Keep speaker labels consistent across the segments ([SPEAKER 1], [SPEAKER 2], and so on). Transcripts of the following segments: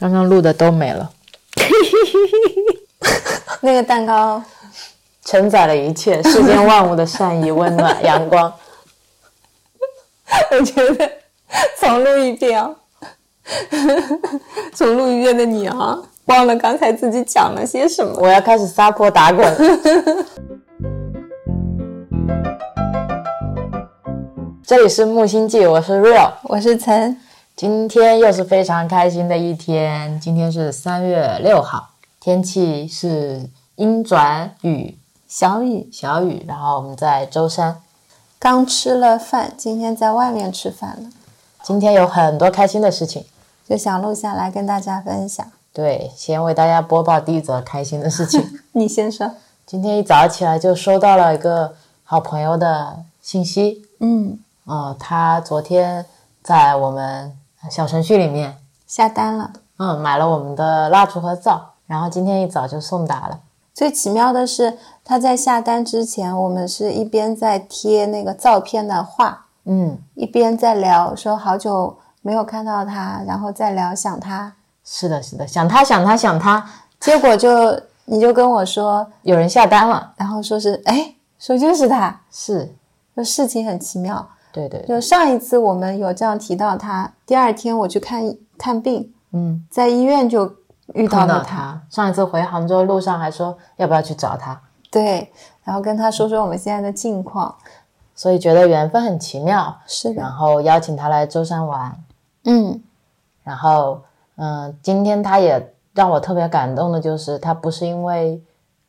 [SPEAKER 1] 刚刚录的都没了。
[SPEAKER 2] 那个蛋糕
[SPEAKER 3] 承载了一切，世间万物的善意、温暖、阳 光。
[SPEAKER 2] 我觉得重录一遍啊， 重录一遍的你啊，忘了刚才自己讲了些什么。
[SPEAKER 3] 我要开始撒泼打滚了。 这里是木星记，我是 Real，
[SPEAKER 2] 我是岑，
[SPEAKER 3] 今天又是非常开心的一天。今天是三月六号，天气是阴转雨
[SPEAKER 2] 小雨
[SPEAKER 3] 小雨，然后我们在舟山。
[SPEAKER 2] 刚吃了饭，今天在外面吃饭了，
[SPEAKER 3] 今天有很多开心的事情，
[SPEAKER 2] 就想录下来跟大家分享。
[SPEAKER 3] 对，先为大家播报第一则开心的事情。
[SPEAKER 2] 你先说，
[SPEAKER 3] 今天一早起来就收到了一个好朋友的信息，
[SPEAKER 2] 嗯，
[SPEAKER 3] 嗯，他昨天在我们小程序里面，
[SPEAKER 2] 下单了。
[SPEAKER 3] 嗯，买了我们的蜡烛和皂，然后今天一早就送达了。
[SPEAKER 2] 最奇妙的是，他在下单之前，我们是一边在贴那个照片的画，
[SPEAKER 3] 嗯，
[SPEAKER 2] 一边在聊，说好久没有看到他，然后再聊想他。
[SPEAKER 3] 是的，是的，想他想他想他，
[SPEAKER 2] 结果就你就跟我说，
[SPEAKER 3] 有人下单了，
[SPEAKER 2] 然后说是哎，说就是他，
[SPEAKER 3] 是，
[SPEAKER 2] 就事情很奇妙。
[SPEAKER 3] 对对，对
[SPEAKER 2] 就上一次我们有这样提到他，第二天我去看看病，
[SPEAKER 3] 嗯，
[SPEAKER 2] 在医院就遇到
[SPEAKER 3] 碰
[SPEAKER 2] 了
[SPEAKER 3] 到
[SPEAKER 2] 他，
[SPEAKER 3] 他，上一次回杭州路上还说要不要去找他，
[SPEAKER 2] 对，然后跟他说说我们现在的近况。
[SPEAKER 3] 所以觉得缘分很奇妙，
[SPEAKER 2] 是
[SPEAKER 3] 然
[SPEAKER 2] 的，
[SPEAKER 3] 后邀请他来舟山玩，
[SPEAKER 2] 嗯，
[SPEAKER 3] 然后，嗯，今天他也让我特别感动的就是，他不是因为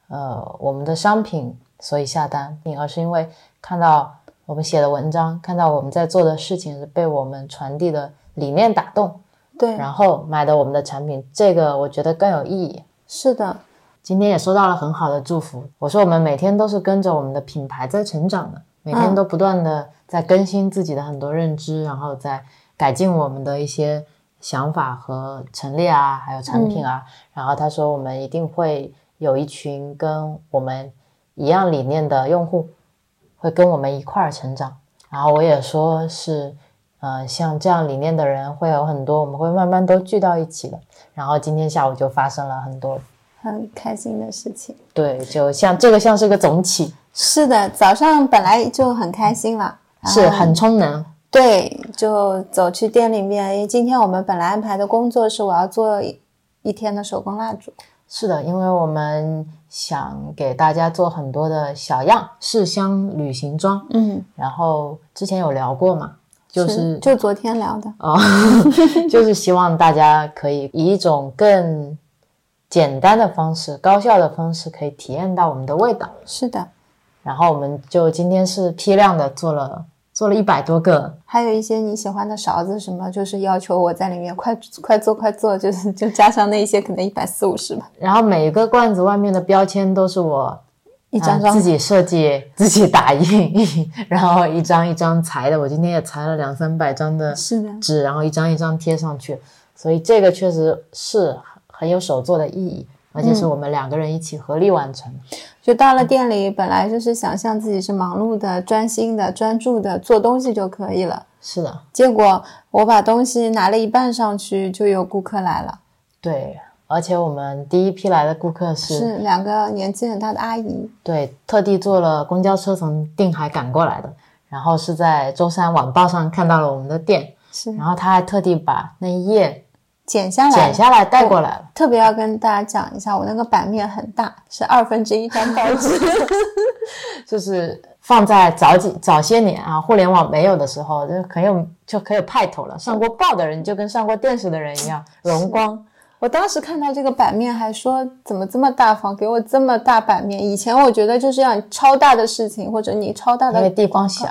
[SPEAKER 3] 呃我们的商品所以下单，而是因为看到我们写的文章，看到我们在做的事情是被我们传递的理念打动，
[SPEAKER 2] 对，
[SPEAKER 3] 然后买的我们的产品，这个我觉得更有意义。
[SPEAKER 2] 是的，
[SPEAKER 3] 今天也收到了很好的祝福，我说我们每天都是跟着我们的品牌在成长的，每天都不断的在更新自己的很多认知，然后在改进我们的一些想法和陈列啊，还有产品啊。然后他说我们一定会有一群跟我们一样理念的用户，会跟我们一块儿成长。然后我也说是，呃，像这样理念的人会有很多，我们会慢慢都聚到一起的。然后今天下午就发生了很多
[SPEAKER 2] 很开心的事情。
[SPEAKER 3] 对，就像这个像是个总体，
[SPEAKER 2] 是的，早上本来就很开心了，然后
[SPEAKER 3] 是很充能。
[SPEAKER 2] 对，就走去店里面。因为今天我们本来安排的工作是我要做一一天的手工蜡烛，
[SPEAKER 3] 是的，因为我们想给大家做很多的小样试香旅行装，
[SPEAKER 2] 嗯，
[SPEAKER 3] 然后之前有聊过嘛，就是
[SPEAKER 2] 就昨天聊的，
[SPEAKER 3] 哦， 就是希望大家可以以一种更简单的方式、高效的方式，可以体验到我们的味道。
[SPEAKER 2] 是的，
[SPEAKER 3] 然后我们就今天是批量的做了做了一百多个，
[SPEAKER 2] 还有一些你喜欢的勺子什么，就是要求我在里面快快做快做，就是就加上那些可能一百四五十吧，
[SPEAKER 3] 然后每一个罐子外面的标签都是我
[SPEAKER 2] 一
[SPEAKER 3] 啊
[SPEAKER 2] 张张
[SPEAKER 3] 自己设计、自己打印，然后一张一张裁的。我今天也裁了两三百张的
[SPEAKER 2] 是的，
[SPEAKER 3] 纸，然后一张一张贴上去，所以这个确实是很有手作的意义，
[SPEAKER 2] 嗯
[SPEAKER 3] 而且是我们两个人一起合力完成的。
[SPEAKER 2] 就到了店里，本来就是想象自己是忙碌的、专心的、专注的做东西就可以了。
[SPEAKER 3] 是的，
[SPEAKER 2] 结果我把东西拿了一半上去，就有顾客来了，
[SPEAKER 3] 对。而且我们第一批来的顾客是
[SPEAKER 2] 是两个年纪很大的阿姨。
[SPEAKER 3] 对特地坐了公交车从定海赶过来的，然后是在舟山晚报上看到了我们的店，
[SPEAKER 2] 是
[SPEAKER 3] 然后他还特地把那一页
[SPEAKER 2] 剪下来，
[SPEAKER 3] 嗯剪下来带过来了。
[SPEAKER 2] 特别要跟大家讲一下，我那个版面很大，是二分之一张报纸。
[SPEAKER 3] 就是放在早几早些年啊，互联网没有的时候，就很有就很有派头了。上过报的人就跟上过电视的人一样，荣光。
[SPEAKER 2] 我当时看到这个版面，还说怎么这么大方，给我这么大版面。以前我觉得就是要你超大的事情，或者你超大
[SPEAKER 3] 因为
[SPEAKER 2] 的，嗯
[SPEAKER 3] 地方小，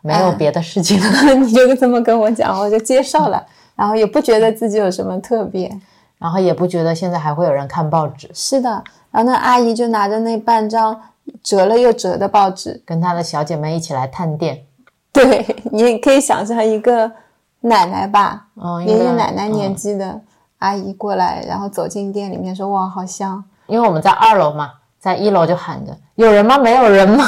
[SPEAKER 3] 没有别的事情了。
[SPEAKER 2] 你就这么跟我讲，我就接受了，然后也不觉得自己有什么特别。
[SPEAKER 3] 然后也不觉得现在还会有人看报纸，
[SPEAKER 2] 是的，然后那阿姨就拿着那半张折了又折的报纸，
[SPEAKER 3] 跟他的小姐妹一起来探店。
[SPEAKER 2] 对你也可以想象一个奶奶吧，
[SPEAKER 3] 嗯，
[SPEAKER 2] 爷
[SPEAKER 3] 因为
[SPEAKER 2] 爷奶奶年
[SPEAKER 3] 嗯
[SPEAKER 2] 纪的阿姨过来，然后走进店里面说：“哇，好香
[SPEAKER 3] 因为我们在二楼嘛，在一楼就喊着有人吗？没有人吗？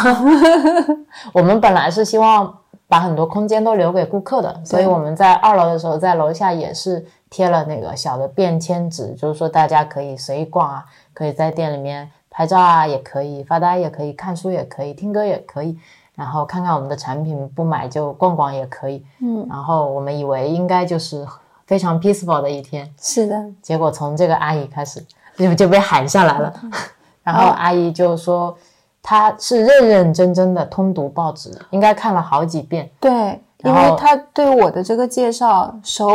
[SPEAKER 3] 我们本来是希望把很多空间都留给顾客的，所以我们在二楼的时候，在楼下也是贴了那个小的便签纸，就是说大家可以随意逛啊，可以在店里面拍照啊，也可以发呆，也可以看书，也可以听歌，也可以，然后看看我们的产品，不买就逛逛也可以。
[SPEAKER 2] 嗯，
[SPEAKER 3] 然后我们以为应该就是非常 peaceful 的一天，
[SPEAKER 2] 是的，
[SPEAKER 3] 结果从这个阿姨开始就就被喊下来了， 然后阿姨就说她是认认真真的通读报纸，应该看了好几遍。
[SPEAKER 2] 对，因
[SPEAKER 3] 然后
[SPEAKER 2] 为他对我的这个介绍熟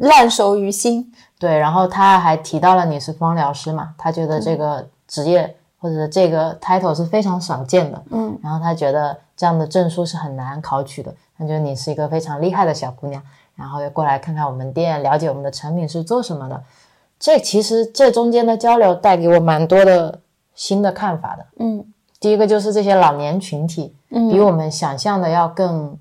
[SPEAKER 2] 烂熟于心，
[SPEAKER 3] 对，然后她还提到了你是芳疗师嘛，她觉得这个职业或者这个 title 是非常少见的，
[SPEAKER 2] 嗯，
[SPEAKER 3] 然后她觉得这样的证书是很难考取的，她觉得你是一个非常厉害的小姑娘，然后又过来看看我们店，了解我们的产品是做什么的。这其实这中间的交流带给我蛮多的新的看法的。
[SPEAKER 2] 嗯
[SPEAKER 3] 第一个就是这些老年群体比
[SPEAKER 2] 嗯，
[SPEAKER 3] 我们想象的要更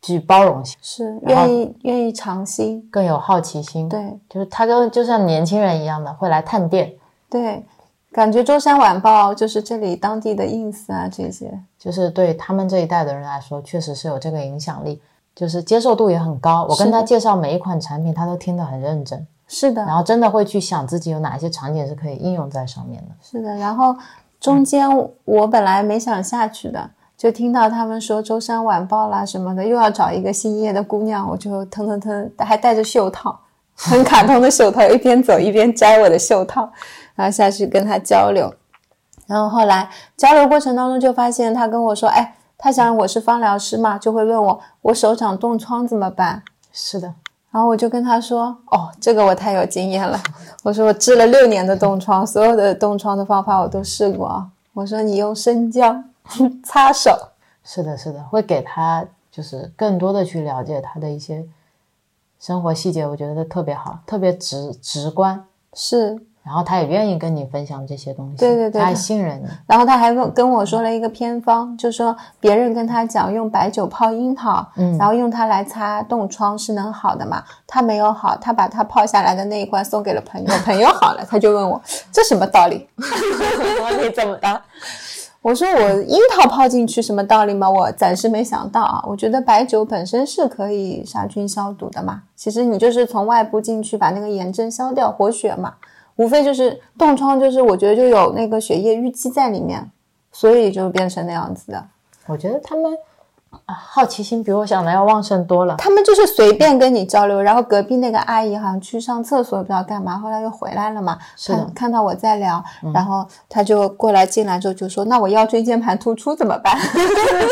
[SPEAKER 3] 具包容性、
[SPEAKER 2] 是
[SPEAKER 3] 然后
[SPEAKER 2] 愿意愿意尝新，
[SPEAKER 3] 更有好奇心。，
[SPEAKER 2] 对
[SPEAKER 3] 就是他跟就像年轻人一样的会来探店，
[SPEAKER 2] 对，感觉《舟山晚报》就是这里当地的 ins 啊这些，
[SPEAKER 3] 就是对他们这一代的人来说，确实是有这个影响力，就是接受度也很高。我跟
[SPEAKER 2] 是的
[SPEAKER 3] 他介绍每一款产品，他都听得很认真，
[SPEAKER 2] 是的，
[SPEAKER 3] 然后真的会去想自己有哪一些场景是可以应用在上面的。
[SPEAKER 2] 是的，然后中间我本来没想下去的，就听到他们说《舟山晚报》啦什么的，又要找一个新业的姑娘，我就腾腾腾，还带着袖套， 很卡通的袖套，一边走一边摘我的袖套，然后下去跟她交流。然后后来交流过程当中就发现，她跟我说：“哎，她想我是芳疗师嘛，就会问我我手掌冻疮怎么办。”
[SPEAKER 3] 是的，
[SPEAKER 2] 然后我就跟他说：“哦，这个我太有经验了。我说我治了六年的冻疮，所有的冻疮的方法我都试过啊。我说你用生姜 擦手，
[SPEAKER 3] 是的，是的，会给他就是更多的去了解他的一些生活细节，我觉得特别好，特别直直观。
[SPEAKER 2] 是。
[SPEAKER 3] 然后他也愿意跟你分享这些东西，
[SPEAKER 2] 对对对
[SPEAKER 3] 他还
[SPEAKER 2] 对
[SPEAKER 3] 信任你，
[SPEAKER 2] 然后他还问跟我说了一个偏方，就说别人跟他讲用白酒泡樱桃，
[SPEAKER 3] 嗯
[SPEAKER 2] 然后用它来擦冻疮是能好的嘛？他没有好，他把他泡下来的那一罐送给了朋友，朋友好了，他就问我这什么道理？
[SPEAKER 3] 你怎么的？
[SPEAKER 2] 我说我樱桃泡进去什么道理吗？我暂时没想到啊。我觉得白酒本身是可以杀菌消毒的嘛，其实你就是从外部进去把那个炎症消掉，活血嘛，无非就是冻疮，就是我觉得就有那个血液淤积在里面，所以就变成那样子的。
[SPEAKER 3] 我觉得他们啊好奇心比我想的要旺盛多了。
[SPEAKER 2] 他们就是随便跟你交流，然后隔壁那个阿姨好像去上厕所，不知道干嘛，后来又回来了嘛，
[SPEAKER 3] 是的嗯
[SPEAKER 2] 看看到我在聊，然后她就过来进来之后就说：“那我腰椎间盘突出怎么办？”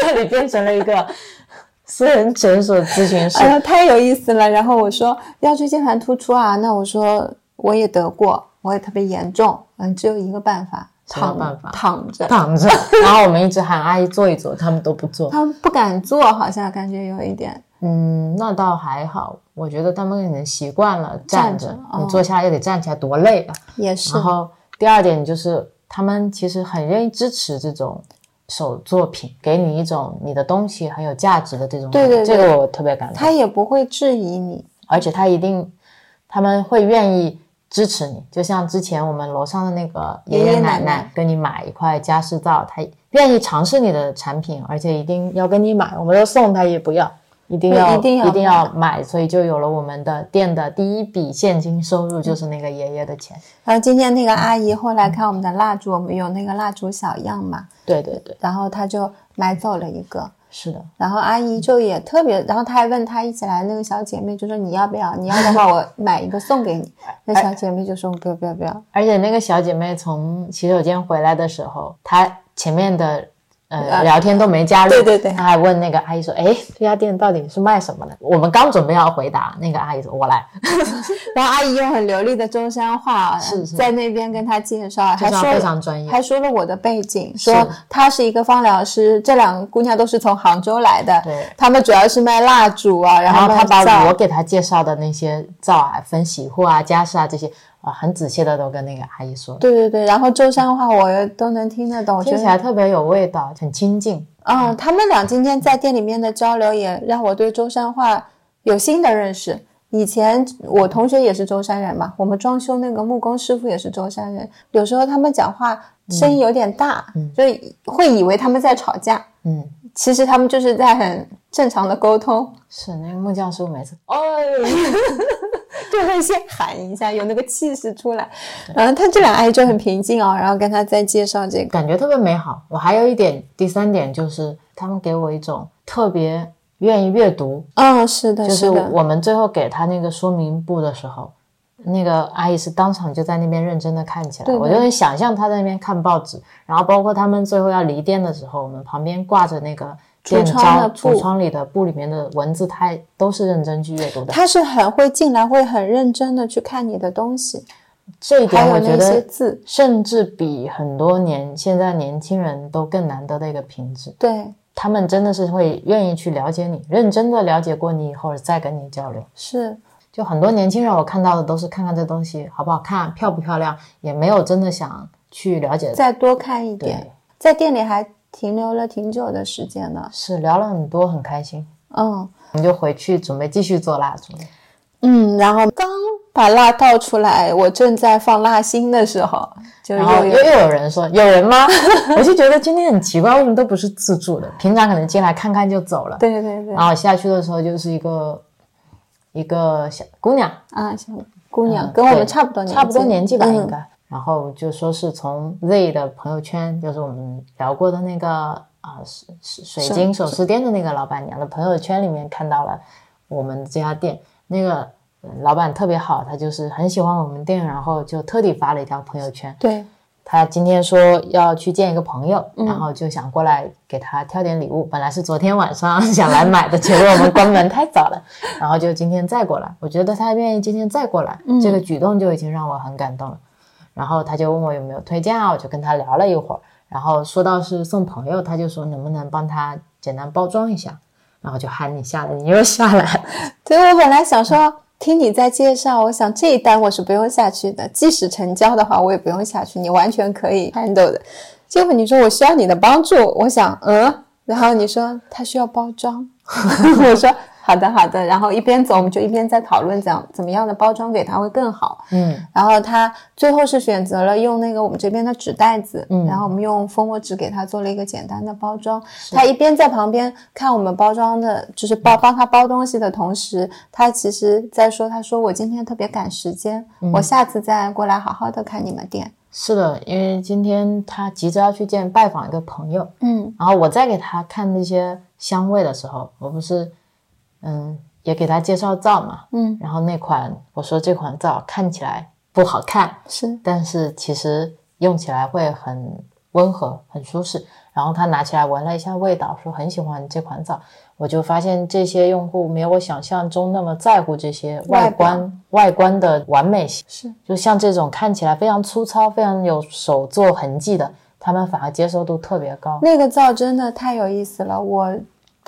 [SPEAKER 3] 这里变成了一个 私人诊所咨询室
[SPEAKER 2] 哎。呀，太有意思了。然后我说腰椎间盘突出啊，那我说我也得过，我也特别严重。嗯，只有一个办法，
[SPEAKER 3] 什么
[SPEAKER 2] 躺
[SPEAKER 3] 办法
[SPEAKER 2] 躺着。
[SPEAKER 3] 躺着，然后我们一直喊阿姨坐一坐，他们都不坐。
[SPEAKER 2] 他们不敢坐，好像感觉有一点
[SPEAKER 3] 嗯，那倒还好，我觉得他们可能习惯了站
[SPEAKER 2] 站
[SPEAKER 3] 着，
[SPEAKER 2] 着
[SPEAKER 3] 你
[SPEAKER 2] 哦
[SPEAKER 3] 坐下又得站起来，多累啊！
[SPEAKER 2] 也是
[SPEAKER 3] 然后第二点就是，他们其实很愿意支持这种手作品，给你一种你的东西很有价值的这种感觉。
[SPEAKER 2] 对对对
[SPEAKER 3] 这个我特别感动。
[SPEAKER 2] 他也不会质疑你。
[SPEAKER 3] 而且他一定，他们会愿意支持你。就像之前我们楼上的那个爷
[SPEAKER 2] 爷
[SPEAKER 3] 爷
[SPEAKER 2] 爷
[SPEAKER 3] 奶
[SPEAKER 2] 奶
[SPEAKER 3] 奶
[SPEAKER 2] 奶
[SPEAKER 3] 跟你买一块家饰皂，他愿意尝试你的产品，而且一定要跟你买，我们都送他也不要。一定
[SPEAKER 2] 对
[SPEAKER 3] 要
[SPEAKER 2] 一定要
[SPEAKER 3] 要买，所以就有了我们的店的第一笔现金收入，就是那个爷爷的钱。
[SPEAKER 2] 然后今天那个阿姨后来看我们的蜡烛，我们有那个蜡烛小样嘛，
[SPEAKER 3] 对对对，
[SPEAKER 2] 然后她就买走了一个。
[SPEAKER 3] 是的，
[SPEAKER 2] 然后阿姨就也特别，然后她还问她一起来的那个小姐妹，就说你要不要？你要的话，我买一个送给你。那小
[SPEAKER 3] 哎
[SPEAKER 2] 姐妹就说不要不要不要，
[SPEAKER 3] 而且那个小姐妹从洗手间回来的时候，她前面的呃
[SPEAKER 2] 呃
[SPEAKER 3] 聊天都没加入，
[SPEAKER 2] 对对对
[SPEAKER 3] 她还问那个阿姨说：“哎，这家店到底是卖什么的？”我们刚准备要回答，那个阿姨说：“我来。
[SPEAKER 2] 然后阿姨用很流利的舟山话，
[SPEAKER 3] 是是
[SPEAKER 2] 在那边跟他介绍，”
[SPEAKER 3] 介
[SPEAKER 2] 还
[SPEAKER 3] 绍
[SPEAKER 2] 说
[SPEAKER 3] 非常专业，
[SPEAKER 2] 还说了我的背景，说她是一个芳疗师，这两个姑娘都是从杭州来的，
[SPEAKER 3] 对
[SPEAKER 2] 她们主要是卖蜡烛啊，然
[SPEAKER 3] 然后
[SPEAKER 2] 后
[SPEAKER 3] 她
[SPEAKER 2] 卖
[SPEAKER 3] 把我
[SPEAKER 2] 皂，
[SPEAKER 3] 给她介绍的那些皂啊、分洗护啊、家饰啊这些啊，很仔细的都跟那个阿姨说了，
[SPEAKER 2] 对对对，然后舟山话我也都能听得懂，我觉
[SPEAKER 3] 听起
[SPEAKER 2] 得，
[SPEAKER 3] 来特别有味道，很亲近。
[SPEAKER 2] 嗯，他们俩今天在店里面的交流也让我对舟山话有新的认识。以前我同学也是舟山人嘛，我们装修那个木工师傅也是舟山人，有时候他们讲话声音有点大，就会以为他们在吵架。
[SPEAKER 3] 嗯，
[SPEAKER 2] 其实他们就是在很正常的沟通，
[SPEAKER 3] 是那个木匠师傅每次哦，
[SPEAKER 2] 就会先喊一下，有那个气势出来。然后他这两阿姨就很平静哦，然后跟他再介绍这个，
[SPEAKER 3] 感觉特别美好。我还有一点，第三点就是他们给我一种特别愿意阅读，
[SPEAKER 2] 嗯，是的，
[SPEAKER 3] 就是
[SPEAKER 2] 是的，
[SPEAKER 3] 我们最后给他那个说明簿的时候，那个阿姨是当场就在那边认真的看起来，
[SPEAKER 2] 对的
[SPEAKER 3] 我就能想象她在那边看报纸，然后包括他们最后要离店的时候，我们旁边挂着那个
[SPEAKER 2] 橱
[SPEAKER 3] 店
[SPEAKER 2] 窗的
[SPEAKER 3] 招
[SPEAKER 2] 布
[SPEAKER 3] 橱窗里的布里面的文字，她都是认真去阅读的。
[SPEAKER 2] 他是很会进来，会很认真的去看你的东西，
[SPEAKER 3] 这一点
[SPEAKER 2] 还有
[SPEAKER 3] 我觉
[SPEAKER 2] 那些
[SPEAKER 3] 得，
[SPEAKER 2] 字，
[SPEAKER 3] 甚至比很多年现在年轻人都更难得的一个品质。
[SPEAKER 2] 对，
[SPEAKER 3] 他们真的是会愿意去了解你，认真的了解过你以后再跟你交流。
[SPEAKER 2] 是，
[SPEAKER 3] 就很多年轻人，我看到的都是看看这东西好不好看、漂不漂亮，也没有真的想去了解。
[SPEAKER 2] 再多看一点
[SPEAKER 3] 对，，
[SPEAKER 2] 在店里还停留了挺久的时间呢，
[SPEAKER 3] 是聊了很多，很开心。
[SPEAKER 2] 嗯
[SPEAKER 3] 我们就回去准备继续做蜡烛了。
[SPEAKER 2] 嗯，然后刚把蜡倒出来，我正在放蜡芯的时候，就
[SPEAKER 3] 然后
[SPEAKER 2] 又
[SPEAKER 3] 又
[SPEAKER 2] 有
[SPEAKER 3] 又有人说有人吗？ 我就觉得今天很奇怪，为什么都不是自助的？平常可能进来看看就走了。
[SPEAKER 2] 对对对
[SPEAKER 3] 然后下去的时候就是一个一个小姑娘，
[SPEAKER 2] 啊，小姑娘
[SPEAKER 3] 嗯
[SPEAKER 2] 跟我
[SPEAKER 3] 对
[SPEAKER 2] 们差不多年纪，
[SPEAKER 3] 差不多年纪吧，
[SPEAKER 2] 嗯
[SPEAKER 3] 应该。然后就说是从 Z 的朋友圈，就是我们聊过的那个啊，水水水晶首饰店的那个老板娘的朋友圈里面看到了我们这家店。那个呃老板特别好，他就是很喜欢我们店，然后就特地发了一条朋友圈。
[SPEAKER 2] 对，
[SPEAKER 3] 他今天说要去见一个朋友，然后就想过来给他挑点礼物。本来是昨天晚上想来买的，结果我们关门太早了，然后就今天再过来。 我觉得他愿意今天再过来，这个举动就已经让我很感动了。然后他就问我有没有推荐啊，我就跟他聊了一会儿。然后说到是送朋友，他就说能不能帮他简单包装一下，然后就喊你下来，你又下来了。
[SPEAKER 2] 对我本来想说。听你在介绍，我想这一单我是不用下去的，即使成交的话，我也不用下去，你完全可以 handle 的。结果你说我需要你的帮助，我想嗯，然后你说他需要包装， 我说好的好的，然后一边走我们就一边在讨论怎样怎么样的包装给他会更好。
[SPEAKER 3] 嗯，
[SPEAKER 2] 然后他最后是选择了用那个我们这边的纸袋子，然后我们用蜂窝纸给他做了一个简单的包装。他一边在旁边看我们包装的，就是包帮他包东西的同时，他其实在说，他说我今天特别赶时间，我下次再过来好好的看你们店。
[SPEAKER 3] 是的，因为今天他急着要去见拜访一个朋友，
[SPEAKER 2] 嗯
[SPEAKER 3] 然后我在给他看那些香味的时候，我不是，嗯，也给他介绍皂嘛，
[SPEAKER 2] 嗯，
[SPEAKER 3] 然后那款我说这款皂看起来不好看，
[SPEAKER 2] 是
[SPEAKER 3] 但是其实用起来会很温和、很舒适。然后他拿起来闻了一下味道，说很喜欢这款皂。我就发现这些用户没有我想象中那么在乎这些外
[SPEAKER 2] 外表
[SPEAKER 3] 观、外观的完美性。
[SPEAKER 2] 是，
[SPEAKER 3] 就像这种看起来非常粗糙、非常有手作痕迹的，他们反而接受度特别高。
[SPEAKER 2] 那个皂真的太有意思了，我。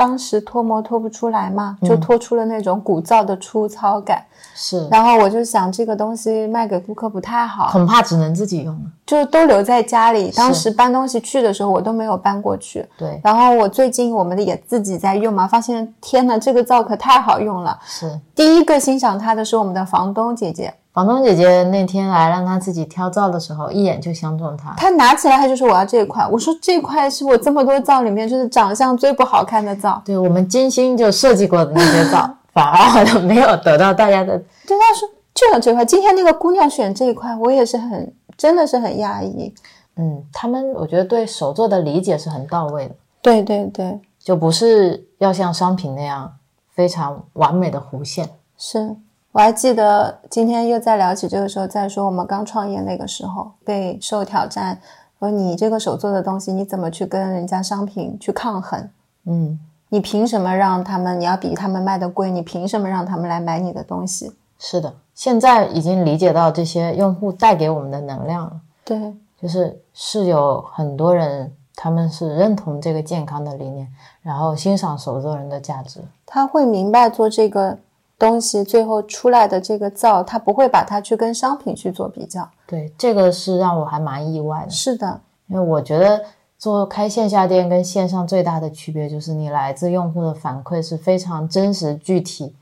[SPEAKER 2] 当时脱模脱不出来嘛，就脱出了那种古皂的粗糙感。
[SPEAKER 3] 是，
[SPEAKER 2] 然后我就想，这个东西卖给顾客不太好，
[SPEAKER 3] 恐怕只能自己用了。
[SPEAKER 2] 就都留在家里。当时搬东西去的时候，我都没有搬过去。
[SPEAKER 3] 对，
[SPEAKER 2] 然后我最近我们也自己在用嘛，发现天呐，这个皂可太好用了。
[SPEAKER 3] 是
[SPEAKER 2] 第一个欣赏它的是我们的房东姐姐，
[SPEAKER 3] 房东姐姐那天来让她自己挑皂的时候，一眼就相中她。
[SPEAKER 2] 她拿起来她就说我要这款，我说这块是我这么多皂里面就是长相最不好看的皂。
[SPEAKER 3] 对我们精心就设计过的那些皂，反而好像没有得到大家的。
[SPEAKER 2] 对，她说就有这块，今天那个姑娘选这一块，我也是很真的是很讶异。
[SPEAKER 3] 嗯，他们我觉得对手作的理解是很到位的，
[SPEAKER 2] 对对对，
[SPEAKER 3] 就不是要像商品那样非常完美的弧线。
[SPEAKER 2] 是，我还记得今天又在聊起这个时候，在说我们刚创业那个时候备受挑战，说你这个手做的东西，你怎么去跟人家商品去抗衡？
[SPEAKER 3] 嗯，
[SPEAKER 2] 你凭什么让他们？你要比他们卖的贵，你凭什么让他们来买你的东西？
[SPEAKER 3] 是的，现在已经理解到这些用户带给我们的能量了，
[SPEAKER 2] 对，
[SPEAKER 3] 就是是有很多人他们是认同这个健康的理念，然后欣赏手作人的价值。
[SPEAKER 2] 他会明白做这个东西最后出来的这个皂，他不会把它去跟商品去做比较。
[SPEAKER 3] 对，这个是让我还蛮意外的，
[SPEAKER 2] 是的，
[SPEAKER 3] 因为我觉得做开线下店跟线上最大的区别就是你来自用户的反馈是非常真实、具体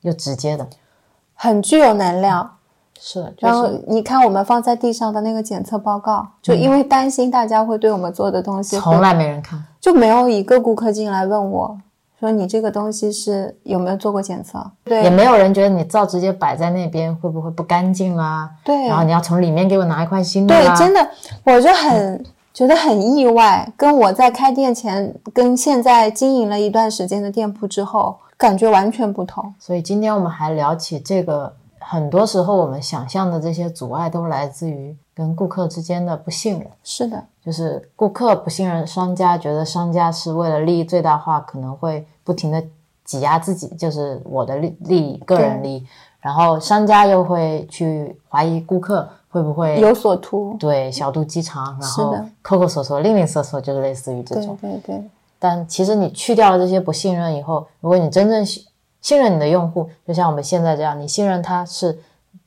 [SPEAKER 3] 又直接的。
[SPEAKER 2] 很具有能量。
[SPEAKER 3] 是，就
[SPEAKER 2] 然后
[SPEAKER 3] 是
[SPEAKER 2] 你看我们放在地上的那个检测报告，就
[SPEAKER 3] 嗯
[SPEAKER 2] 因为担心大家会对我们做的东西会
[SPEAKER 3] 从来没人看。
[SPEAKER 2] 就没有一个顾客进来问我。说你这个东西是有没有做过检测？
[SPEAKER 3] 也
[SPEAKER 2] 对
[SPEAKER 3] 没有人觉得你灶直接摆在那边会不会不干净啦、
[SPEAKER 2] 对
[SPEAKER 3] 然后你要从里面给我拿一块新的啦、啊
[SPEAKER 2] 对，真的，我就很觉得很意外，跟我在开店前跟现在经营了一段时间的店铺之后，感觉完全不同。
[SPEAKER 3] 所以今天我们还聊起这个，很多时候我们想象的这些阻碍都来自于跟顾客之间的不信任，
[SPEAKER 2] 是的，
[SPEAKER 3] 就是顾客不信任商家，觉得商家是为了利益最大化，可能会不停的挤压自己，就是我的
[SPEAKER 2] 嗯
[SPEAKER 3] 利利益、个人利益，然后商家又会去怀疑顾客会不会
[SPEAKER 2] 有所图。
[SPEAKER 3] 对小肚鸡肠，然
[SPEAKER 2] 是的
[SPEAKER 3] 后抠抠搜搜、吝吝啬啬，就是类似于这
[SPEAKER 2] 对
[SPEAKER 3] 种。
[SPEAKER 2] 对对，
[SPEAKER 3] 但其实你去掉了这些不信任以后，如果你真正信信任你的用户，就像我们现在这样，你信任他是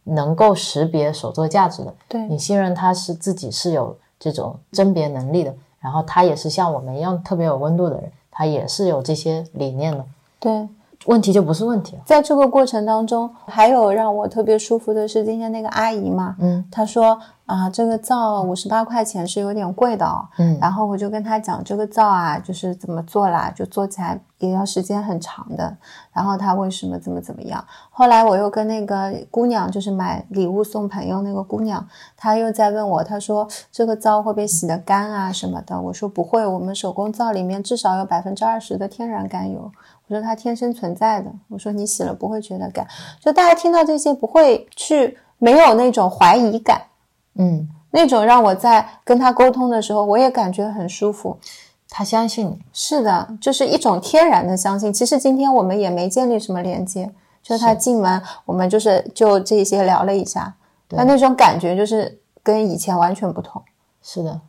[SPEAKER 3] 能够识别手作价值的，
[SPEAKER 2] 对
[SPEAKER 3] 你信任他是自己是有这种甄别能力的，然后他也是像我们一样特别有温度的人，他也是有这些理念的，
[SPEAKER 2] 对，
[SPEAKER 3] 问题就不是问题了。
[SPEAKER 2] 在这个过程当中，还有让我特别舒服的是今天那个阿姨嘛，
[SPEAKER 3] 嗯
[SPEAKER 2] 她说啊，这个皂五十八块钱是有点贵的哦。
[SPEAKER 3] 嗯
[SPEAKER 2] 然后我就跟她讲这个皂啊，就是怎么做啦，就做起来也要时间很长的。然后她为什么怎么怎么样？后来我又跟那个姑娘，就是买礼物送朋友那个姑娘，她又在问我，她说这个皂会不会洗得干啊什么的？我说不会，我们手工皂里面至少有百分之二十的天然甘油。我说它天生存在的，我说你洗了不会觉得干，就大家听到这些不会去没有那种怀疑感，
[SPEAKER 3] 嗯，
[SPEAKER 2] 那种让我在跟他沟通的时候，我也感觉很舒服。
[SPEAKER 3] 他相信你，
[SPEAKER 2] 是的，就是一种天然的相信。其实今天我们也没建立什么连接，就是他进门，我们就是就这些聊了一下，
[SPEAKER 3] 对
[SPEAKER 2] 那那种感觉就是跟以前完全不同。
[SPEAKER 3] 是的，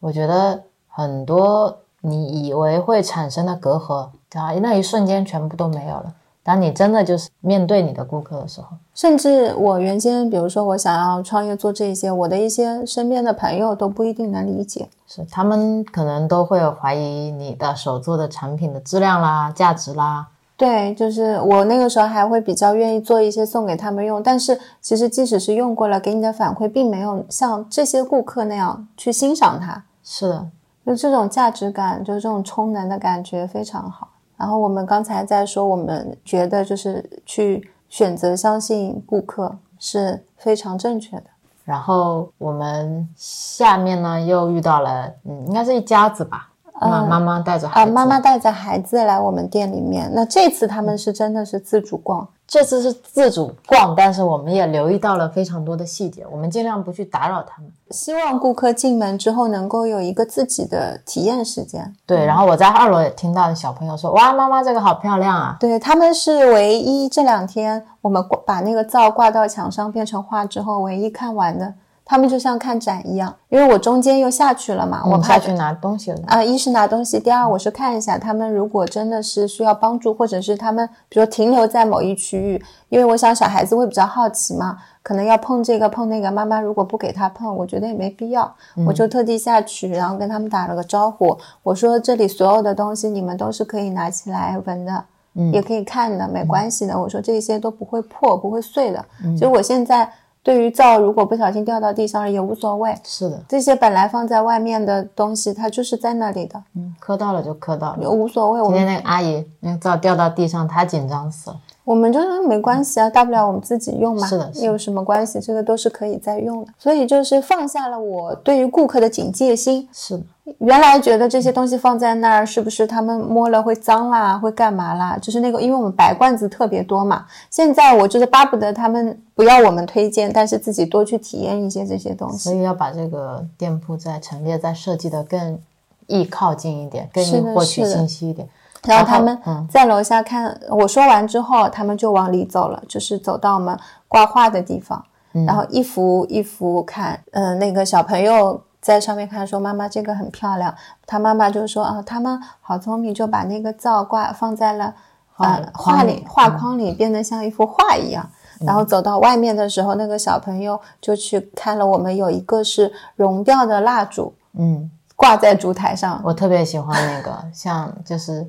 [SPEAKER 3] 我觉得很多你以为会产生的隔阂，啊，那一瞬间全部都没有了。当你真的就是面对你的顾客的时候，
[SPEAKER 2] 甚至我原先，比如说我想要创业做这些，我的一些身边的朋友都不一定能理解。
[SPEAKER 3] 是他们可能都会有怀疑你的手做的产品的质量啦、价值啦。
[SPEAKER 2] 对，就是我那个时候还会比较愿意做一些送给他们用，但是其实即使是用过了，给你的反馈并没有像这些顾客那样去欣赏它，
[SPEAKER 3] 是的，
[SPEAKER 2] 就这种价值感，就是这种充能的感觉非常好。然后我们刚才在说，我们觉得就是去选择相信顾客是非常正确的。
[SPEAKER 3] 然后我们下面呢又遇到了，嗯，应该是一家子吧，妈妈妈带着孩
[SPEAKER 2] 啊，
[SPEAKER 3] 子，
[SPEAKER 2] 妈妈带着孩子来我们店里面，那这次他们是真的是自主逛，
[SPEAKER 3] 这次是自主逛，但是我们也留意到了非常多的细节，我们尽量不去打扰他们。
[SPEAKER 2] 希望顾客进门之后能够有一个自己的体验时间。
[SPEAKER 3] 对，然后我在二楼也听到小朋友说：“哇，妈妈这个好漂亮啊
[SPEAKER 2] 对，他们是唯一这两天我们挂把那个皂挂到墙上变成画之后唯一看完的。他们就像看展一样，因为我中间又下去了嘛，！”我
[SPEAKER 3] 我嗯
[SPEAKER 2] 怕
[SPEAKER 3] 下去拿东西了。
[SPEAKER 2] 啊、一是拿东西，第二我是看一下他们如果真的是需要帮助，或者是他们比如说停留在某一区域，因为我想小孩子会比较好奇嘛，可能要碰这个碰那个，妈妈如果不给他碰，我觉得也没必要，我就特地下去，然后跟他们打了个招呼，我说这里所有的东西你们都是可以拿起来闻的。也可以看的，没关系的。我说这些都不会破、不会碎的。所以我现在对于皂，如果不小心掉到地上了也无所谓。
[SPEAKER 3] 是的，
[SPEAKER 2] 这些本来放在外面的东西，它就是在那里的，
[SPEAKER 3] 磕到了就磕到了。
[SPEAKER 2] 无所谓。我
[SPEAKER 3] 今
[SPEAKER 2] 们
[SPEAKER 3] 天那个阿姨那个皂掉到地上，她紧张死了。
[SPEAKER 2] 我们就是没关系啊，大不了我们自己用嘛，
[SPEAKER 3] 是的是的
[SPEAKER 2] 有什么关系？这个都是可以再用的。所以就是放下了我对于顾客的警戒心。
[SPEAKER 3] 是的，
[SPEAKER 2] 原来觉得这些东西放在那儿，是不是他们摸了会脏啦，会干嘛啦？就是那个，因为我们白罐子特别多嘛。现在我就是巴不得他们不要我们推荐，但是自己多去体验一些这些东西
[SPEAKER 3] 所。以要把这个店铺再陈列、再设计的更易靠近一点，更
[SPEAKER 2] 是
[SPEAKER 3] 易
[SPEAKER 2] 的
[SPEAKER 3] 获取
[SPEAKER 2] 是的
[SPEAKER 3] 信息一点。
[SPEAKER 2] 然
[SPEAKER 3] 然
[SPEAKER 2] 后
[SPEAKER 3] 后
[SPEAKER 2] 他们
[SPEAKER 3] 嗯
[SPEAKER 2] 在楼下看我说完之后，他们就往里走了，就是走到我们挂画的地方，
[SPEAKER 3] 嗯
[SPEAKER 2] 然后一幅一幅看。嗯、那个小朋友在上面看说：“妈妈，这个很漂亮。”他妈妈就说：“啊，他们好聪明，就把那个皂挂放在了
[SPEAKER 3] 画
[SPEAKER 2] 呃
[SPEAKER 3] 框
[SPEAKER 2] 画
[SPEAKER 3] 里嗯
[SPEAKER 2] 里画框里，变得像一幅画一样。”然后走到外面的时候，那个小朋友就去看了。我们有一个是熔掉的蜡烛
[SPEAKER 3] 嗯，
[SPEAKER 2] 挂在烛台上，
[SPEAKER 3] 我特别喜欢那个，像就是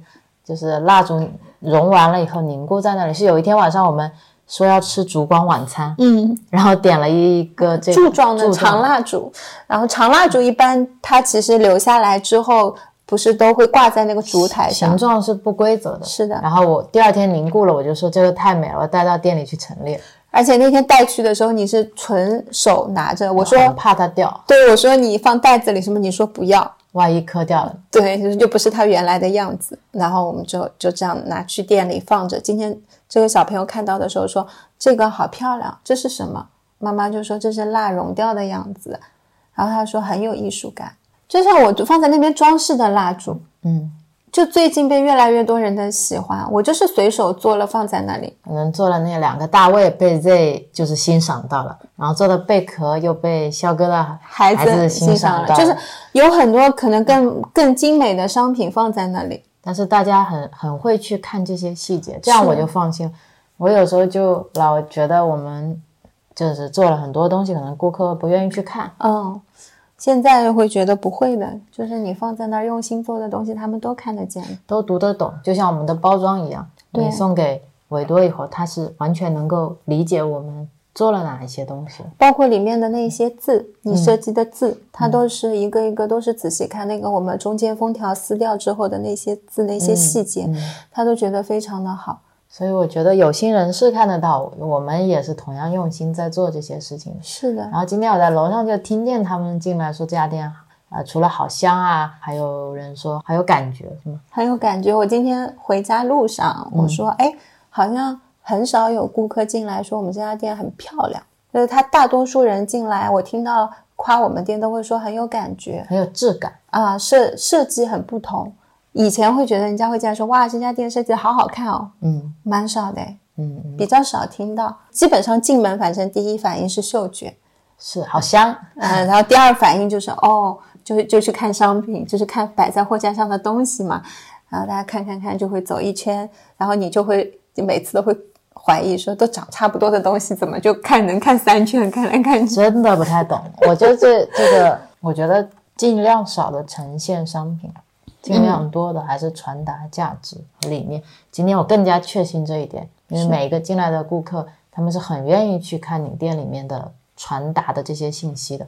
[SPEAKER 3] 就是蜡烛融完了以后凝固在那里。是有一天晚上我们说要吃烛光晚餐，
[SPEAKER 2] 嗯，
[SPEAKER 3] 然后点了一个这个
[SPEAKER 2] 柱状的长蜡烛，然后长蜡烛一般它其实留下来之后，不是都会挂在那个烛台
[SPEAKER 3] 形
[SPEAKER 2] 上？
[SPEAKER 3] 状是不规则的。
[SPEAKER 2] 是的
[SPEAKER 3] 然后我第二天凝固了，我就说这个太美了，我带到店里去陈列，
[SPEAKER 2] 而且那天带去的时候，你是纯手拿着，我说，
[SPEAKER 3] 我怕它掉，
[SPEAKER 2] 对我说你放袋子里什么，你说不要，
[SPEAKER 3] 万一磕掉了。
[SPEAKER 2] 对，就是就不是它原来的样子。然后我们就就这样拿去店里放着。今天这个小朋友看到的时候说：“这个好漂亮，这是什么？”妈妈就说：“这是蜡融掉的样子。”然后他说很有艺术感，就像我放在那边装饰的蜡烛，
[SPEAKER 3] 嗯，
[SPEAKER 2] 就最近被越来越多人的喜欢。我就是随手做了放在那里，
[SPEAKER 3] 可能做了那两个大卫被 Z 就是欣赏到了，然后做的贝壳又被肖哥的
[SPEAKER 2] 孩子
[SPEAKER 3] 欣
[SPEAKER 2] 欣赏了，
[SPEAKER 3] 到
[SPEAKER 2] 就是有很多可能更更精美的商品放在那里。
[SPEAKER 3] 但是大家很很会去看这些细节，这样
[SPEAKER 2] 是
[SPEAKER 3] 我就放心了。我有时候就老觉得我们就是做了很多东西，可能顾客不愿意去看，
[SPEAKER 2] 嗯，现在会觉得不会的，就是你放在那儿用心做的东西，他们都看得见。
[SPEAKER 3] 都读得懂，就像我们的包装一样。
[SPEAKER 2] 对
[SPEAKER 3] 你送给韦多以后，他是完全能够理解我们做了哪一些东西。
[SPEAKER 2] 包括里面的那些字，你设计的字，它都是一个一个都是仔细看那个我们中间封条撕掉之后的那些字那些细节，他都觉得非常的好。
[SPEAKER 3] 所以我觉得有心人是看得到，我们也是同样用心在做这些事情。
[SPEAKER 2] 是的，
[SPEAKER 3] 然后今天我在楼上就听见他们进来说这家店啊、呃除了好香啊，还有人说还有感觉，什么
[SPEAKER 2] 很有感觉。我今天回家路上，我说，哎、好像很少有顾客进来说我们这家店很漂亮，就是他大多数人进来，我听到夸我们店都会说很有感觉
[SPEAKER 3] 很有质感。
[SPEAKER 2] 啊，设设计很不同。以前会觉得人家会进来说，哇，这家店设计的好好看哦，
[SPEAKER 3] 嗯
[SPEAKER 2] 蛮少的诶，
[SPEAKER 3] 嗯，嗯
[SPEAKER 2] 比较少听到。基本上进门，反正第一反应是嗅觉，
[SPEAKER 3] 是好香。
[SPEAKER 2] 嗯，然后第二反应就是哦，就就去看商品，就是看摆在货架上的东西嘛。然后大家看看看，就会走一圈，然后你就会就每次都会怀疑说，都长差不多的东西，怎么就看能看三圈，看来看去？
[SPEAKER 3] 真的不太懂。我觉得这这个，我觉得尽量少的呈现商品，尽量多的还是传达价值和理念。今天我更加确信这一点，因为每一个进来的顾客，他们是很愿意去看你店里面的传达的这些信息的。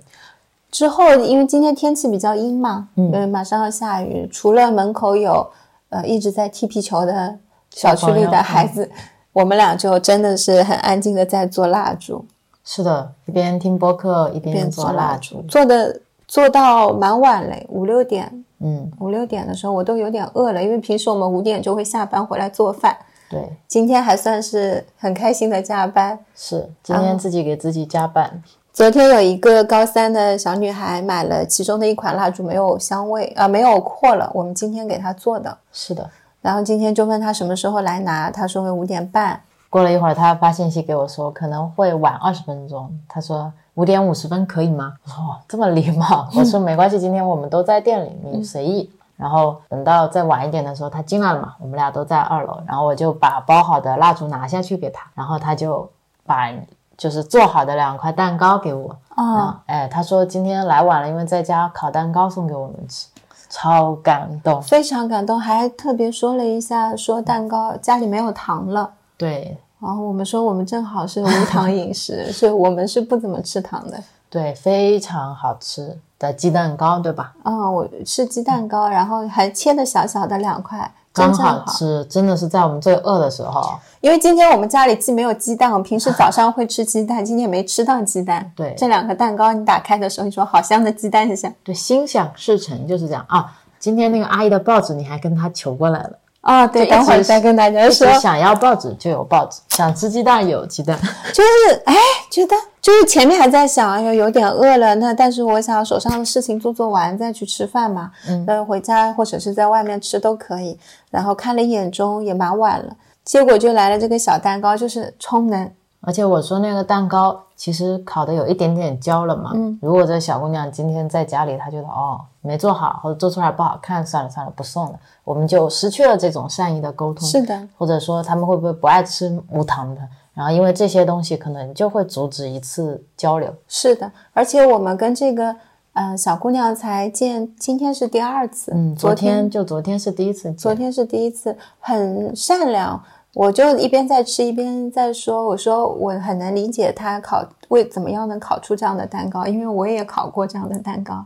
[SPEAKER 2] 之后因为今天天气比较阴嘛，嗯，因为马上要下雨，除了门口有呃一直在踢皮球的小区
[SPEAKER 3] 小
[SPEAKER 2] 里
[SPEAKER 3] 朋友
[SPEAKER 2] 的孩子，我们俩就真的是很安静的在做蜡烛。
[SPEAKER 3] 是的，一边听播客一边
[SPEAKER 2] 边
[SPEAKER 3] 做蜡烛，
[SPEAKER 2] 做的做到蛮晚嘞，五六点，
[SPEAKER 3] 嗯，
[SPEAKER 2] 五六点的时候我都有点饿了，因为平时我们五点就会下班回来做饭，
[SPEAKER 3] 对，
[SPEAKER 2] 今天还算是很开心的加班。
[SPEAKER 3] 是今天自己给自己加班，
[SPEAKER 2] 昨天有一个高三的小女孩买了其中的一款蜡烛，没有香味啊、呃没有扩了，我们今天给她做的。
[SPEAKER 3] 是的。
[SPEAKER 2] 然后今天就问她什么时候来拿，她说会五点半。
[SPEAKER 3] 过了一会儿，他发信息给我说可能会晚二十分钟。他说五点五十分可以吗？我说哦，这么礼貌。我说没关系，今天我们都在店里，你随意。然后等到再晚一点的时候，他进来了嘛，我们俩都在二楼，然后我就把包好的蜡烛拿下去给他，然后他就把就是做好的两块蛋糕给我。
[SPEAKER 2] 哦，
[SPEAKER 3] 啊，哎，他说今天来晚了，因为在家烤蛋糕送给我们吃，超感动。
[SPEAKER 2] 非常感动，还特别说了一下，说蛋糕家里没有糖了。
[SPEAKER 3] 对，
[SPEAKER 2] 然后我们说我们正好是无糖饮食， 所以我们是不怎么吃糖的。
[SPEAKER 3] 对，非常好吃的鸡蛋糕，对吧？
[SPEAKER 2] 嗯，我是鸡蛋糕，然后还切的小小的两块，真
[SPEAKER 3] 刚
[SPEAKER 2] 正
[SPEAKER 3] 好
[SPEAKER 2] 好。
[SPEAKER 3] 吃，真的是在我们最饿的时候。
[SPEAKER 2] 因为今天我们家里既没有鸡蛋，我平时早上会吃鸡蛋，今天没吃到鸡 蛋。
[SPEAKER 3] 对
[SPEAKER 2] 这两个蛋糕你打开的时候，你说好香的鸡蛋香
[SPEAKER 3] 对，心想事成就是这样啊。今天那个阿姨的报纸，你还跟她求过来了，
[SPEAKER 2] 啊、
[SPEAKER 3] 就一
[SPEAKER 2] 对，
[SPEAKER 3] 直
[SPEAKER 2] 等会儿再跟大家说
[SPEAKER 3] 说，想要报纸就有报纸，想吃鸡蛋有鸡蛋。
[SPEAKER 2] 就是哎，觉得就是前面还在想，哎呦有点饿了，那但是我想手上的事情做做完再去吃饭嘛，嗯，那回家或者是在外面吃都可以。然后看了一眼钟，也蛮晚了，结果就来了这个小蛋糕，就是充能，
[SPEAKER 3] 而且我说那个蛋糕其实烤的有一点点焦了嘛，嗯，如果这小姑娘今天在家里，她觉得哦没做好或者做出来不好看，算了算了不送了，我们就失去了这种善意的沟通。
[SPEAKER 2] 是的，
[SPEAKER 3] 或者说他们会不会不爱吃无糖的？然后因为这些东西，可能就会阻止一次交流。
[SPEAKER 2] 是的，而且我们跟这个呃小姑娘才见，今天是第二次，
[SPEAKER 3] 嗯，昨
[SPEAKER 2] 昨
[SPEAKER 3] 天就昨天是第一次见，
[SPEAKER 2] 昨天是第一次，很善良。我就一边在吃一边在说，我说我很能理解他烤为怎么样能烤出这样的蛋糕，因为我也烤过这样的 蛋糕。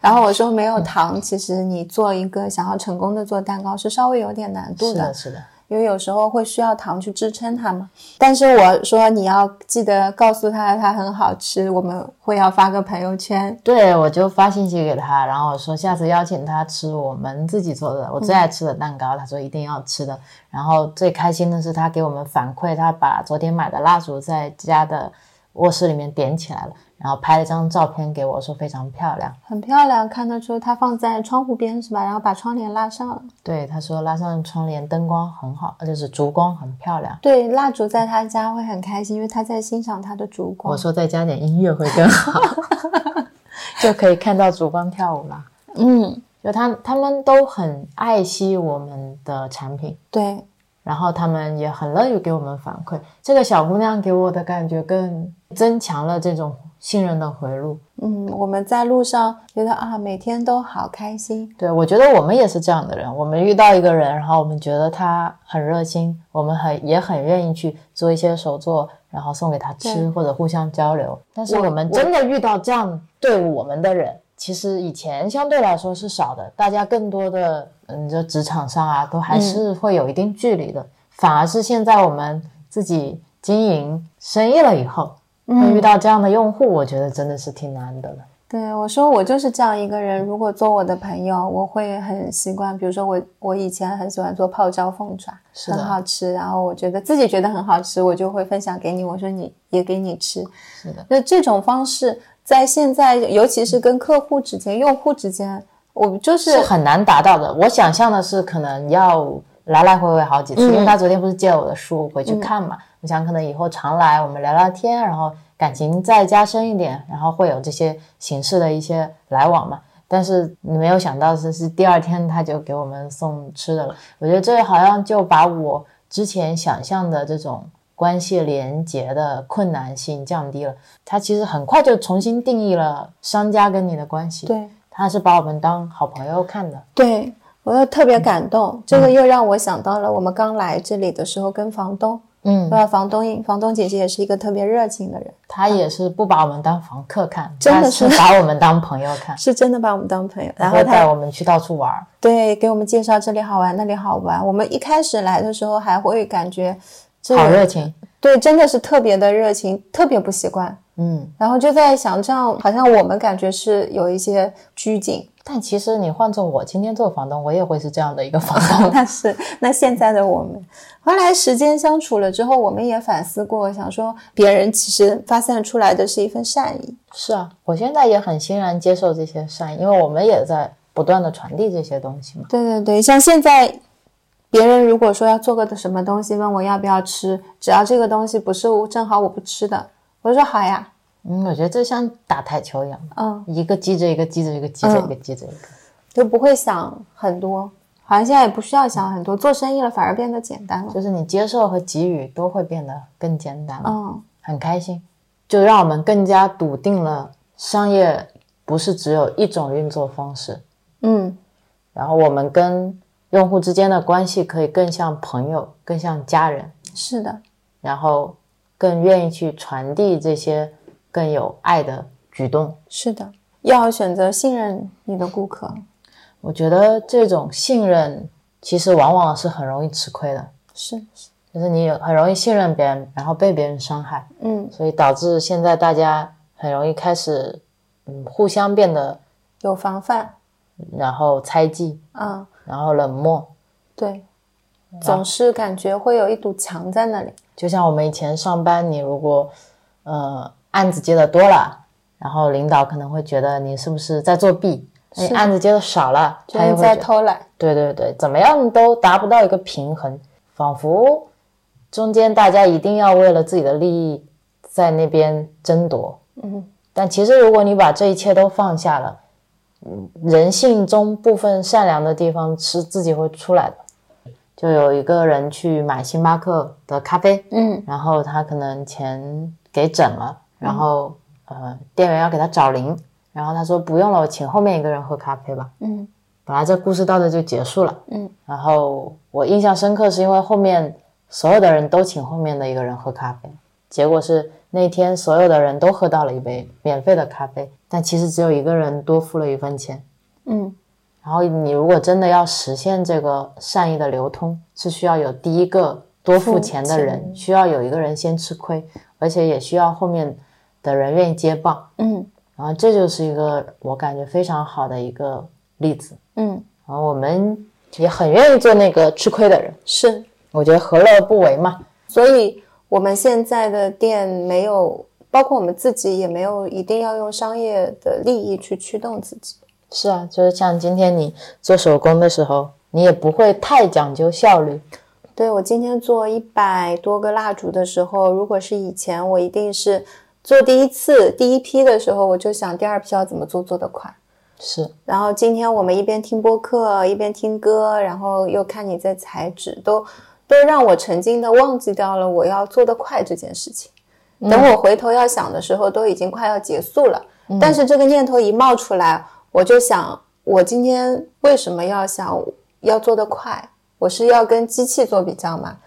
[SPEAKER 2] 然后我说没有糖，其实你做一个想要成功的做蛋糕是稍微有点难度
[SPEAKER 3] 是的，是的，
[SPEAKER 2] 因为有时候会需要糖去支撑它嘛。但是我说你要记得告诉他它很好吃，我们会要发个朋友圈。
[SPEAKER 3] 对我就发信息给他，然后我说下次邀请他吃我们自己做的我最爱吃的蛋糕，他说一定要吃的。然后最开心的是他给我们反馈，他把昨天买的蜡烛在家的卧室里面点起来了，然后拍了张照片给我，说非常漂亮。
[SPEAKER 2] 很漂亮，看得出它放在窗户边是吧？然后把窗帘拉上了。
[SPEAKER 3] 对，他说拉上窗帘，灯光很好，呃就是烛光很漂亮。
[SPEAKER 2] 对，蜡烛在他家会很开心，因为他在欣赏他的烛光。
[SPEAKER 3] 我说再加点音乐会更 好，就可以看到烛光跳舞啦。
[SPEAKER 2] 嗯，
[SPEAKER 3] 就他他们都很爱惜我们的产品，
[SPEAKER 2] 对，
[SPEAKER 3] 然后他们也很乐于给我们反馈。这个小姑娘给我的感觉更增强了这种信任的回路。
[SPEAKER 2] 嗯，我们在路上觉得啊，每天都好开心。
[SPEAKER 3] 对我觉得我们也是这样的人，我们遇到一个人，然后我们觉得他很热心，我们很也很愿意去做一些手作，然后送给他吃
[SPEAKER 2] 对
[SPEAKER 3] 或者互相交流。但是
[SPEAKER 2] 我
[SPEAKER 3] 我们真的遇到这样对我们的人，其实以前相对来说是少的，大家更多的嗯，就职场上啊，都
[SPEAKER 2] 嗯
[SPEAKER 3] 还是会有一定距离的。反而是现在我们自己经营生意了以后，
[SPEAKER 2] 嗯
[SPEAKER 3] 会遇到这样的用户，我觉得真的是挺难得的。
[SPEAKER 2] 对我说，我就是这样一个人。如果做我的朋友，我会很习惯。比如说我，我以前很喜欢做泡椒凤爪，
[SPEAKER 3] 是的
[SPEAKER 2] 很好吃。然后我觉得自己觉得很好吃，我就会分享给你。我说你也给你吃。
[SPEAKER 3] 是的，
[SPEAKER 2] 那这种方式在现在，尤其是跟客户之间、用户之间，我就是
[SPEAKER 3] 是很难达到的。我想象的是，可能要来来回回好几次，因为
[SPEAKER 2] 嗯
[SPEAKER 3] 他昨天不是借了我的书回去看嘛，我想可能以后常来，我们聊聊天，然后感情再加深一点，然后会有这些形式的一些来往嘛。但是你没有想到的是第二天他就给我们送吃的了。我觉得这好像就把我之前想象的这种关系连结的困难性降低了。它其实很快就重新定义了商家跟你的关系。
[SPEAKER 2] 对。
[SPEAKER 3] 他是把我们当好朋友看的。
[SPEAKER 2] 对我又特别感
[SPEAKER 3] 嗯
[SPEAKER 2] 动，这个又让我想到了我们刚来这里的时候跟房东，
[SPEAKER 3] 嗯，
[SPEAKER 2] 对吧？房东房东姐姐也是一个特别热情的人，
[SPEAKER 3] 他也是不把我们当房客看，
[SPEAKER 2] 真的是
[SPEAKER 3] 他是把我们当朋友 看，
[SPEAKER 2] 是真的把我们当朋友。然
[SPEAKER 3] 会
[SPEAKER 2] 后
[SPEAKER 3] 带
[SPEAKER 2] 他
[SPEAKER 3] 我们去到处玩儿。
[SPEAKER 2] 对给我们介绍这里好玩，那里好玩。我们一开始来的时候还会感觉这
[SPEAKER 3] 好热情。
[SPEAKER 2] 对，真的是特别的热情，特别不习惯。
[SPEAKER 3] 嗯，
[SPEAKER 2] 然后就在想，这样好像我们感觉是有一些拘谨，
[SPEAKER 3] 但其实你换做我今天做房东，我也会 是这啊样的一个房东。
[SPEAKER 2] 哦那是那现在的我们，后来时间相处了之后，我们也反思过，想说别人其实发散出来的是一份善意。
[SPEAKER 3] 是啊，我现在也很欣然接受这些善意，因为我们也在不断的传递这些东西嘛。
[SPEAKER 2] 对对对，像现在别人如果说要做个什么东西，问我要不要吃，只要这个东西不是我正好我不吃的，我就说好呀，
[SPEAKER 3] 嗯，哦我觉得这像打台球一样，
[SPEAKER 2] 嗯，
[SPEAKER 3] 一个击着一个，击着一个，击着一个，击着一个。
[SPEAKER 2] 就不会想很多。好像现在也不需要想很多，做生意了反而变得简单了。
[SPEAKER 3] 就是你接受和给予都会变得更简单了。
[SPEAKER 2] 嗯，
[SPEAKER 3] 很开心，就让我们更加笃定了商业不是只有一种运作方式，
[SPEAKER 2] 嗯，
[SPEAKER 3] 然后我们跟用户之间的关系可以更像朋友，更像家人，
[SPEAKER 2] 是的，
[SPEAKER 3] 然后更愿意去传递这些更有爱的举动。
[SPEAKER 2] 是的，要选择信任你的顾客。
[SPEAKER 3] 我觉得这种信任其实往往是很容易吃亏的，
[SPEAKER 2] 是，
[SPEAKER 3] 就是你有很容易信任别人，然后被别人伤害。
[SPEAKER 2] 嗯，
[SPEAKER 3] 所以导致现在大家很容易开始，嗯，互相变得，
[SPEAKER 2] 有防范。
[SPEAKER 3] 然后猜忌，
[SPEAKER 2] 嗯，
[SPEAKER 3] 然后冷漠。
[SPEAKER 2] 对，
[SPEAKER 3] 嗯
[SPEAKER 2] 总是感觉会有一堵墙在那里。
[SPEAKER 3] 就像我们以前上班，你如果，呃，案子接的多了，然后领导可能会觉得你是不是在作弊？那你
[SPEAKER 2] 是
[SPEAKER 3] 案子接的少了，
[SPEAKER 2] 觉
[SPEAKER 3] 他
[SPEAKER 2] 得
[SPEAKER 3] 就
[SPEAKER 2] 你
[SPEAKER 3] 会
[SPEAKER 2] 在
[SPEAKER 3] 觉得
[SPEAKER 2] 偷懒，
[SPEAKER 3] 对对对，怎么样都达不到一个平衡，仿佛中间大家一定要为了自己的利益在那边争夺。
[SPEAKER 2] 嗯，
[SPEAKER 3] 但其实如果你把这一切都放下了，嗯，人性中部分善良的地方是自己会出来的。就有一个人去买星巴克的咖啡，
[SPEAKER 2] 嗯，
[SPEAKER 3] 然后他可能钱给整了，然后、呃，店员要给他找零，然后他说不用了，我请后面一个人喝咖啡吧。
[SPEAKER 2] 嗯，
[SPEAKER 3] 本来这故事到这就结束了。
[SPEAKER 2] 嗯，
[SPEAKER 3] 然后我印象深刻是因为后面所有的人都请后面的一个人喝咖啡，结果是那天所有的人都喝到了一杯免费的咖啡，但其实只有一个人多付了一分钱。
[SPEAKER 2] 嗯
[SPEAKER 3] 然后你如果真的要实现这个善意的流通，是需要有第一个多付钱的
[SPEAKER 2] 付
[SPEAKER 3] 人，需要有一个人先吃亏，而且也需要后面的人愿意接棒。
[SPEAKER 2] 嗯
[SPEAKER 3] 然后这就是一个我感觉非常好的一个例子。
[SPEAKER 2] 嗯，
[SPEAKER 3] 然后我们也很愿意做那个吃亏的人，
[SPEAKER 2] 是。
[SPEAKER 3] 我觉得何乐而不为嘛？
[SPEAKER 2] 所以我们现在的店没有，包括我们自己也没有一定要用商业的利益去驱动自己。
[SPEAKER 3] 是啊，就是像今天你做手工的时候，你也不会太讲究效率。
[SPEAKER 2] 对我今天做一百多个蜡烛的时候，如果是以前，我一定是做第一次第一批的时候，我就想第二批要怎么做做得快。
[SPEAKER 3] 是，
[SPEAKER 2] 然后今天我们一边听播客，一边听歌，然后又看你在裁纸，都都让我沉浸的忘记掉了我要做得快这件事情。等我回头要想的时候，都已经快要结束了。但是这个念头一冒出来，我就想，我今天为什么要想要做得快？我是要跟机器做比较吗？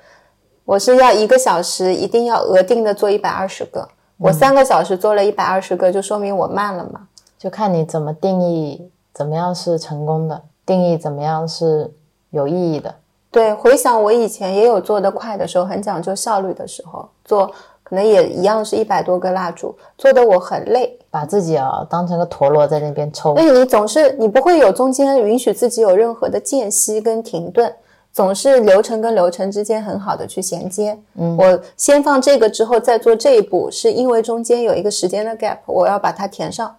[SPEAKER 2] 我是要一个小时一定要额定的做一百二十个，我三个小时做了一百二十个，就说明我慢了嘛？
[SPEAKER 3] 就看你怎么定义怎么样是成功的，定义怎么样是有意义的。
[SPEAKER 2] 对，回想我以前也有做得快的时候，很讲究效率的时候，做可能也一样是一百多个蜡烛，做的我很累，
[SPEAKER 3] 把自己啊当成个陀螺在那边抽
[SPEAKER 2] 所，以你总是你不会有中间允许自己有任何的间隙跟停顿，总是流程跟流程之间很好的去衔接。嗯，我先放这个之后再做这一步，是因为中间有一个时间的 gap，我要把它填上，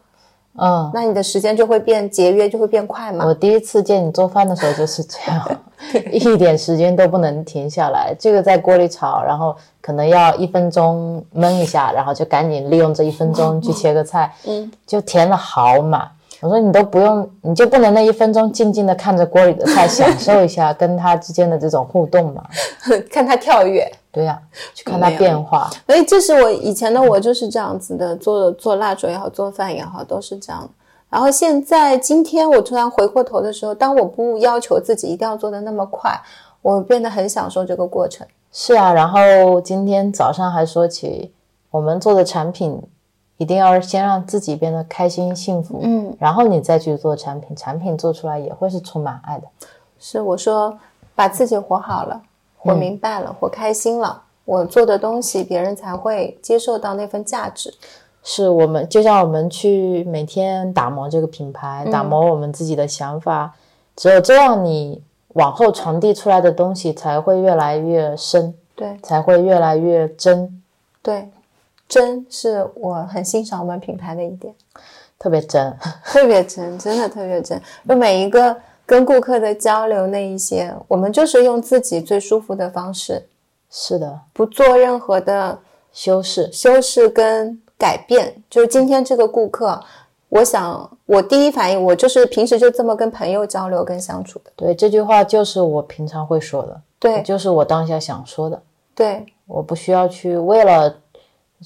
[SPEAKER 3] 嗯，
[SPEAKER 2] 那你的时间就会变节约，就会变快嘛。
[SPEAKER 3] 我第一次见你做饭的时候就是这 样， 一点时间都不能停下来。这个在锅里炒，然后可能要一分钟焖一下，然后就赶紧利用这一分钟去切个菜，
[SPEAKER 2] 嗯，
[SPEAKER 3] 就填的好满。我说你都不用，你就不能那一分钟静静的看着锅里的菜，享受一下跟它之间的这种互动嘛？
[SPEAKER 2] 看它跳跃。
[SPEAKER 3] 对呀、去看它
[SPEAKER 2] 没有
[SPEAKER 3] 变化。
[SPEAKER 2] 所以这是我以前的我就是这样子的，做做蜡烛也好，做饭也好，都是这样的。然后现在今天我突然回过头的时候，当我不要求自己一定要做的那么快，我变得很享受这个过程。
[SPEAKER 3] 是啊，然后今天早上还说起，我们做的产品一定要先让自己变得开心幸福，
[SPEAKER 2] 嗯，
[SPEAKER 3] 然后你再去做产品，产品做出来也会是充满爱的。
[SPEAKER 2] 是我说把自己活好了，活明白了，活开心了，我做的东西别人才会接受到那份价值。
[SPEAKER 3] 是我们就像我们去每天打磨这个品牌，打磨我们自己的想法，只有这样，你往后传递出来的东西才会越来越深，
[SPEAKER 2] 对
[SPEAKER 3] 才会越来越真，
[SPEAKER 2] 对，真是我很欣赏我们品牌的一点。
[SPEAKER 3] 特别真。
[SPEAKER 2] 特别真，真的特别真。就每一个跟顾客的交流那一些，我们就是用自己最舒服的方式，
[SPEAKER 3] 是的，
[SPEAKER 2] 不做任何的
[SPEAKER 3] 修饰
[SPEAKER 2] 修饰跟改变。就是今天这个顾客，我想我第一反应，我就是平时就这么跟朋友交流跟相处的。
[SPEAKER 3] 对这句话就是我平常会说的，
[SPEAKER 2] 对
[SPEAKER 3] 就是我当下想说的。
[SPEAKER 2] 对
[SPEAKER 3] 我不需要去为了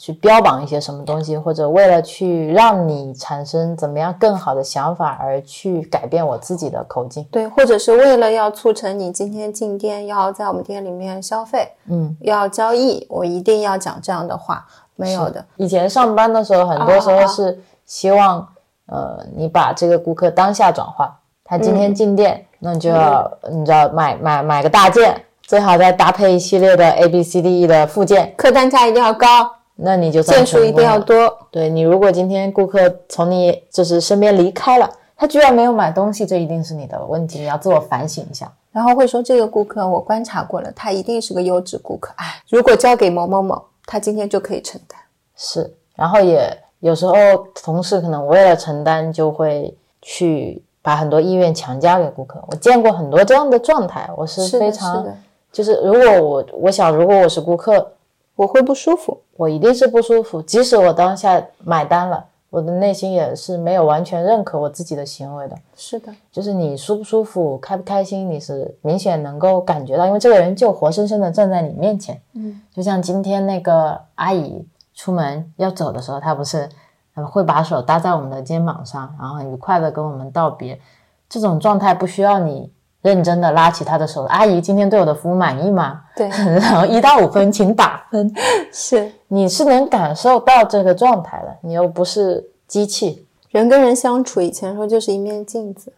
[SPEAKER 3] 去标榜一些什么东西，或者为了去让你产生怎么样更好的想法而去改变我自己的口径。
[SPEAKER 2] 对，或者是为了要促成你今天进店要在我们店里面消费，
[SPEAKER 3] 嗯，
[SPEAKER 2] 要交易，我一定要讲这样的话，没有的。
[SPEAKER 3] 以前上班的时候，很多时
[SPEAKER 2] 啊啊
[SPEAKER 3] 候
[SPEAKER 2] 啊
[SPEAKER 3] 是希望、呃，你把这个顾客当下转化。他今
[SPEAKER 2] 嗯
[SPEAKER 3] 天进店，那你就要、你知道买买买个大件，最好再搭配一系列的 A B C D E 的附件，
[SPEAKER 2] 客单价一定要高，
[SPEAKER 3] 那你就算
[SPEAKER 2] 件数
[SPEAKER 3] 成
[SPEAKER 2] 一定
[SPEAKER 3] 功
[SPEAKER 2] 要
[SPEAKER 3] 了
[SPEAKER 2] 多。
[SPEAKER 3] 对你，如果今天顾客从你就是身边离开了，他居然没有买东西，这一定是你的问题，你要自我反省一下。
[SPEAKER 2] 然后会说这个顾客我观察过了，他一定是个优质顾客。哎，如果交给某某某，他今天就可以承担。
[SPEAKER 3] 是，然后也有时候同事可能为了承担，就会去把很多意愿强加给顾客。我见过很多这样的状态，我是
[SPEAKER 2] 是的
[SPEAKER 3] 非常
[SPEAKER 2] 是的
[SPEAKER 3] 就是如果我我想，如果我是顾客，
[SPEAKER 2] 我会不舒服。
[SPEAKER 3] 我一定是不舒服，即使我当下买单了，我的内心也是没有完全认可我自己的行为的。
[SPEAKER 2] 是的，
[SPEAKER 3] 就是你舒不舒服、开不开心，你是明显能够感觉到，因为这个人就活生生的站在你面前。
[SPEAKER 2] 嗯，
[SPEAKER 3] 就像今天那个阿姨出门要走的时候，她不是呃会把手搭在我们的肩膀上，然后很愉快的跟我们道别。这种状态不需要你认真的拉起他的手，阿姨今天对我的服务满意吗？
[SPEAKER 2] 对
[SPEAKER 3] 然后一到五分请打分，
[SPEAKER 2] 是
[SPEAKER 3] 你是能感受到这个状态的，你又不是机器。
[SPEAKER 2] 人跟人相处，以前说就是一面镜子，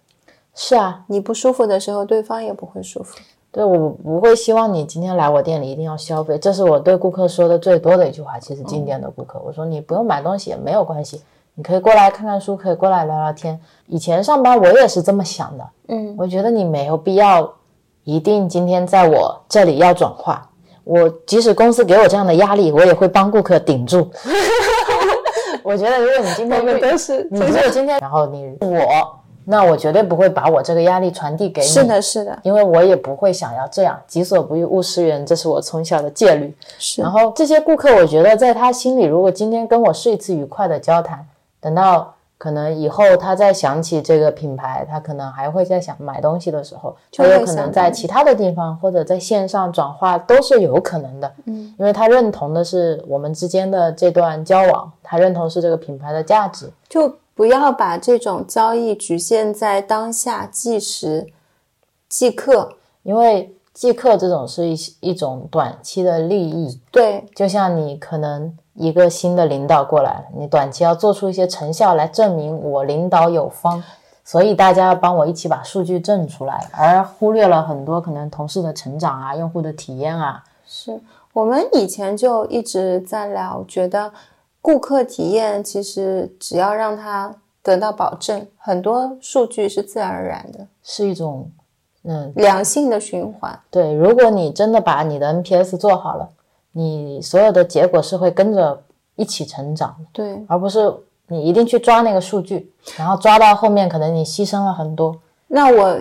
[SPEAKER 3] 是啊，
[SPEAKER 2] 你不舒服的时候，对方也不会舒服。
[SPEAKER 3] 对我不会希望你今天来我店里一定要消费，这是我对顾客说的最多的一句话。其实进店
[SPEAKER 2] 哦
[SPEAKER 3] 的顾客，我说你不用买东西也没有关系，你可以过来看看书，可以过来聊聊天。以前上班我也是这么想的，
[SPEAKER 2] 嗯，
[SPEAKER 3] 我觉得你没有必要一定今天在我这里要转化。我即使公司给我这样的压力，我也会帮顾客顶 住。我觉得如果你今天遇
[SPEAKER 2] 是
[SPEAKER 3] 你如果今天，然后你我，那我绝对不会把我这个压力传递给你。
[SPEAKER 2] 是的，是的，
[SPEAKER 3] 因为我也不会想要这样，己所不欲，勿施于人，这是我从小的戒律。
[SPEAKER 2] 是
[SPEAKER 3] 然后这些顾客，我觉得在他心里，如果今天跟我是一次愉快的交谈，等到可能以后他再想起这个品牌，他可能还会在想买东西的时候，
[SPEAKER 2] 就
[SPEAKER 3] 他
[SPEAKER 2] 会
[SPEAKER 3] 有可
[SPEAKER 2] 想到
[SPEAKER 3] 能在其他的地方或者在线上转化都是有可能的。
[SPEAKER 2] 嗯，
[SPEAKER 3] 因为他认同的是我们之间的这段交往，他认同是这个品牌的价值。
[SPEAKER 2] 就不要把这种交易局限在当下即时即刻。
[SPEAKER 3] 因为即刻这种是一一种短期的利益，
[SPEAKER 2] 对，
[SPEAKER 3] 就像你可能一个新的领导过来了，你短期要做出一些成效来证明我领导有方，所以大家要帮我一起把数据挣出来，而忽略了很多可能同事的成长啊、用户的体验啊。
[SPEAKER 2] 是我们以前就一直在聊，觉得顾客体验其实只要让他得到保证，很多数据是自然而然的
[SPEAKER 3] 是一种，嗯，
[SPEAKER 2] 良性的循环。
[SPEAKER 3] 对。如果你真的把你的 NPS 做好了，你所有的结果是会跟着一起成长的，
[SPEAKER 2] 对，
[SPEAKER 3] 而不是你一定去抓那个数据，然后抓到后面可能你牺牲了很多。
[SPEAKER 2] 那我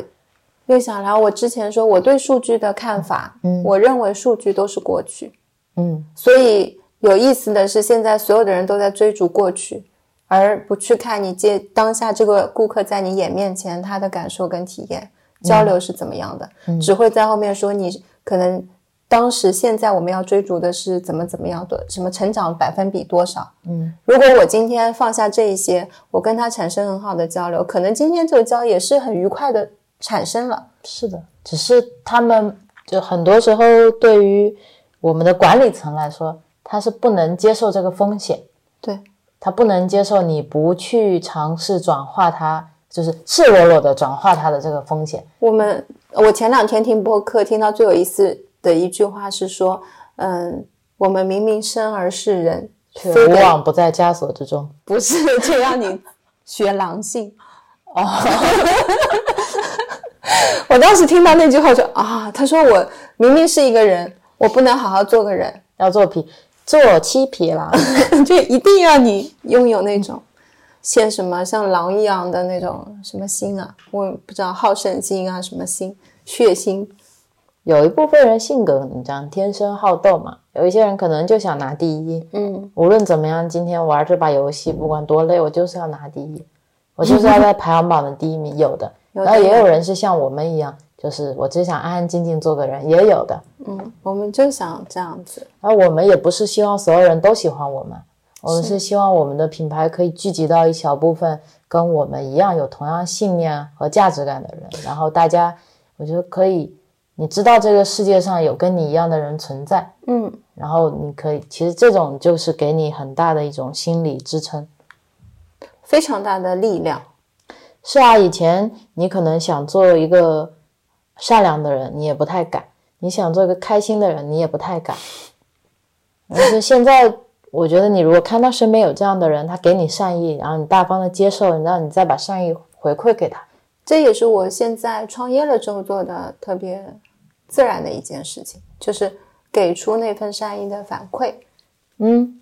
[SPEAKER 2] 又想聊我之前说我对数据的看法，
[SPEAKER 3] 嗯
[SPEAKER 2] 我认为数据都是过去，
[SPEAKER 3] 嗯，
[SPEAKER 2] 所以有意思的是，现在所有的人都在追逐过去，而不去看你这当下这个顾客在你眼面前他的感受跟体验交流是怎么样的，只会在后面说你可能当时现在我们要追逐的是怎么怎么样的，什么成长百分比多少。
[SPEAKER 3] 嗯，
[SPEAKER 2] 如果我今天放下这一些，我跟他产生很好的交流，可能今天这个交易也是很愉快的产生了。
[SPEAKER 3] 是的，只是他们就很多时候对于我们的管理层来说，他是不能接受这个风险，
[SPEAKER 2] 对，
[SPEAKER 3] 他不能接受你不去尝试转化它，就是赤裸裸的转化它的这个风险。
[SPEAKER 2] 我们我前两天听播客，听到最有意思的一句话是说，嗯，我们明明生而是人，
[SPEAKER 3] 却
[SPEAKER 2] 非
[SPEAKER 3] 无
[SPEAKER 2] 得
[SPEAKER 3] 往不在枷锁之中。
[SPEAKER 2] 不是 就让你学狼性。哦， 我当时听到那句话我就啊，他说我明明是一个人，我不能好好做个人，
[SPEAKER 3] 要做皮，做七匹狼，
[SPEAKER 2] 就一定要你拥有那种像什么像狼一样的那种什么心啊，我也不知道好胜心啊，什么心，血腥。
[SPEAKER 3] 有一部分人性格你这样天生好斗嘛，有一些人可能就想拿第一，
[SPEAKER 2] 嗯，
[SPEAKER 3] 无论怎么样，今天玩这把游戏，不管多累，我就是要拿第 一，我就是要在排行榜的第一名。有的，
[SPEAKER 2] 有
[SPEAKER 3] 然后
[SPEAKER 2] 的
[SPEAKER 3] 也有人是像我们一样，就是我只想安安静静做个人，也有的。
[SPEAKER 2] 嗯，我们就想这样子。
[SPEAKER 3] 而我们也不是希望所有人都喜欢我们，我们是希望我们的品牌可以聚集到一小部分跟我们一样有同样信念和价值感的人，然后大家，我觉得可以，你知道这个世界上有跟你一样的人存在，
[SPEAKER 2] 嗯，
[SPEAKER 3] 然后你可以，其实这种就是给你很大的一种心理支撑。
[SPEAKER 2] 非常大的力量。
[SPEAKER 3] 是啊，以前你可能想做一个善良的人，你也不太敢；你想做一个开心的人，你也不太敢。但是现在，我觉得你如果看到身边有这样的人，他给你善意，然后你大方的接受，然后你再把善意回馈给他，
[SPEAKER 2] 这也是我现在创业了之后做的特别自然的一件事情，就是给出那份善意的反馈。
[SPEAKER 3] 嗯，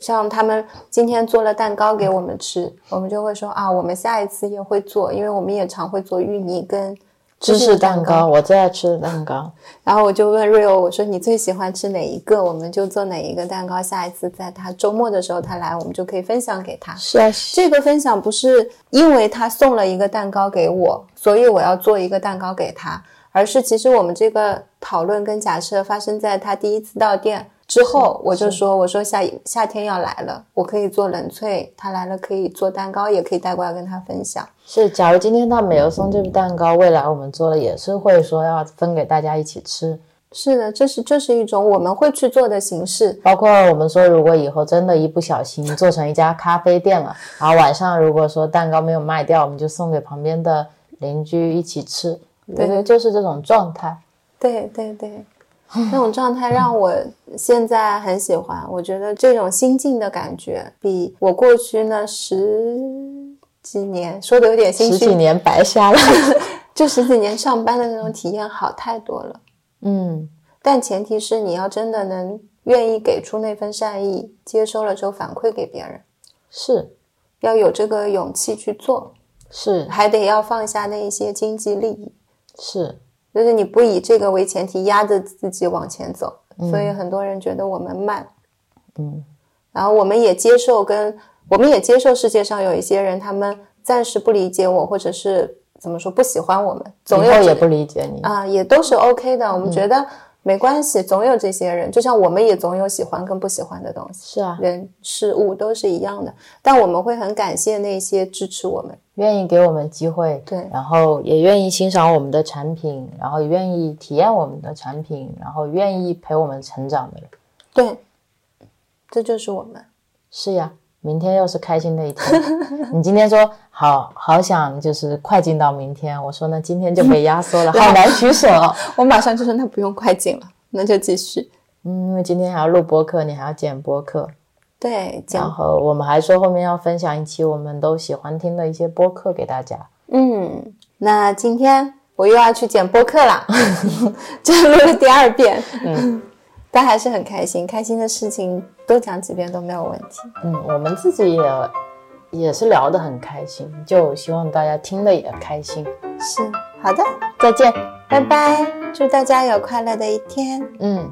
[SPEAKER 2] 像他们今天做了蛋糕给我们吃，我们就会说啊，我们下一次也会做，因为我们也常会做芋泥跟
[SPEAKER 3] 芝士蛋
[SPEAKER 2] 糕。
[SPEAKER 3] 糕，我最爱吃的蛋糕。
[SPEAKER 2] 然后我就问 Rio，我说你最喜欢吃哪一个，我们就做哪一个蛋糕。下一次在他周末的时候他来，我们就可以分享给他。
[SPEAKER 3] 是啊，是
[SPEAKER 2] 这个分享不是因为他送了一个蛋糕给我，所以我要做一个蛋糕给他，而是其实我们这个讨论跟假设发生在他第一次到店之后我就说，我说夏夏天要来了，我可以做冷萃，他来了可以做蛋糕，也可以带过来跟他分享。
[SPEAKER 3] 是，假如今天到美游松这个蛋糕，未来我们做了也是会说要分给大家一起吃。
[SPEAKER 2] 是的，这是这是一种我们会去做的形式。
[SPEAKER 3] 包括我们说，如果以后真的一不小心做成一家咖啡店了，然后晚上如果说蛋糕没有卖掉，我们就送给旁边的邻居一起吃。我觉得就是这种状态。
[SPEAKER 2] 对对对，那种状态让我现在很喜欢。我觉得这种心境的感觉，比我过去那十几年说的有点心
[SPEAKER 3] 十
[SPEAKER 2] 虚，
[SPEAKER 3] 几年白瞎了。
[SPEAKER 2] 这十几年上班的那种体验好太多了。
[SPEAKER 3] 嗯，
[SPEAKER 2] 但前提是你要真的能愿意给出那份善意，接收了之后反馈给别人，
[SPEAKER 3] 是
[SPEAKER 2] 要有这个勇气去做，
[SPEAKER 3] 是
[SPEAKER 2] 还得要放下那一些经济利益，
[SPEAKER 3] 是，
[SPEAKER 2] 就是你不以这个为前提压着自己往前走，所以很多人觉得我们慢，
[SPEAKER 3] 嗯，
[SPEAKER 2] 然后我们也接受跟我们也接受世界上有一些人，他们暂时不理解我，或者是怎么说不喜欢我们，总
[SPEAKER 3] 以
[SPEAKER 2] 有
[SPEAKER 3] 后
[SPEAKER 2] 这
[SPEAKER 3] 也不嗯理解你。
[SPEAKER 2] 啊，也都是 OK 的。我们觉得没关系，总有这些人，就像我们也总有喜欢跟不喜欢的东西，
[SPEAKER 3] 是啊，
[SPEAKER 2] 人事物都是一样的。但我们会很感谢那些支持我们，
[SPEAKER 3] 愿意给我们机会，
[SPEAKER 2] 对
[SPEAKER 3] 然后也愿意欣赏我们的产品，然后也愿意体验我们的产品，然后愿意陪我们成长的人。
[SPEAKER 2] 对，这就是我们。
[SPEAKER 3] 是呀，明天又是开心的一天。你今天说好好想就是快进到明天，我说那今天就被压缩了，好难取舍哦。
[SPEAKER 2] 我马上就说那不用快进了，那就继续。
[SPEAKER 3] 嗯，因为今天还要录播客，你还要剪播客，
[SPEAKER 2] 对，
[SPEAKER 3] 然
[SPEAKER 2] 讲，
[SPEAKER 3] 后我们还说后面要分享一期我们都喜欢听的一些播客给大家。
[SPEAKER 2] 嗯，那今天我又要去剪播客 了，这录了第二遍，嗯， 但还是很开心，开心的事情多讲几遍都没有问题。
[SPEAKER 3] 嗯，我们自己也也是聊得很开心，就希望大家听的也开心。
[SPEAKER 2] 是，好的。
[SPEAKER 3] 再见，
[SPEAKER 2] 拜拜，祝大家有快乐的一天。
[SPEAKER 3] 嗯。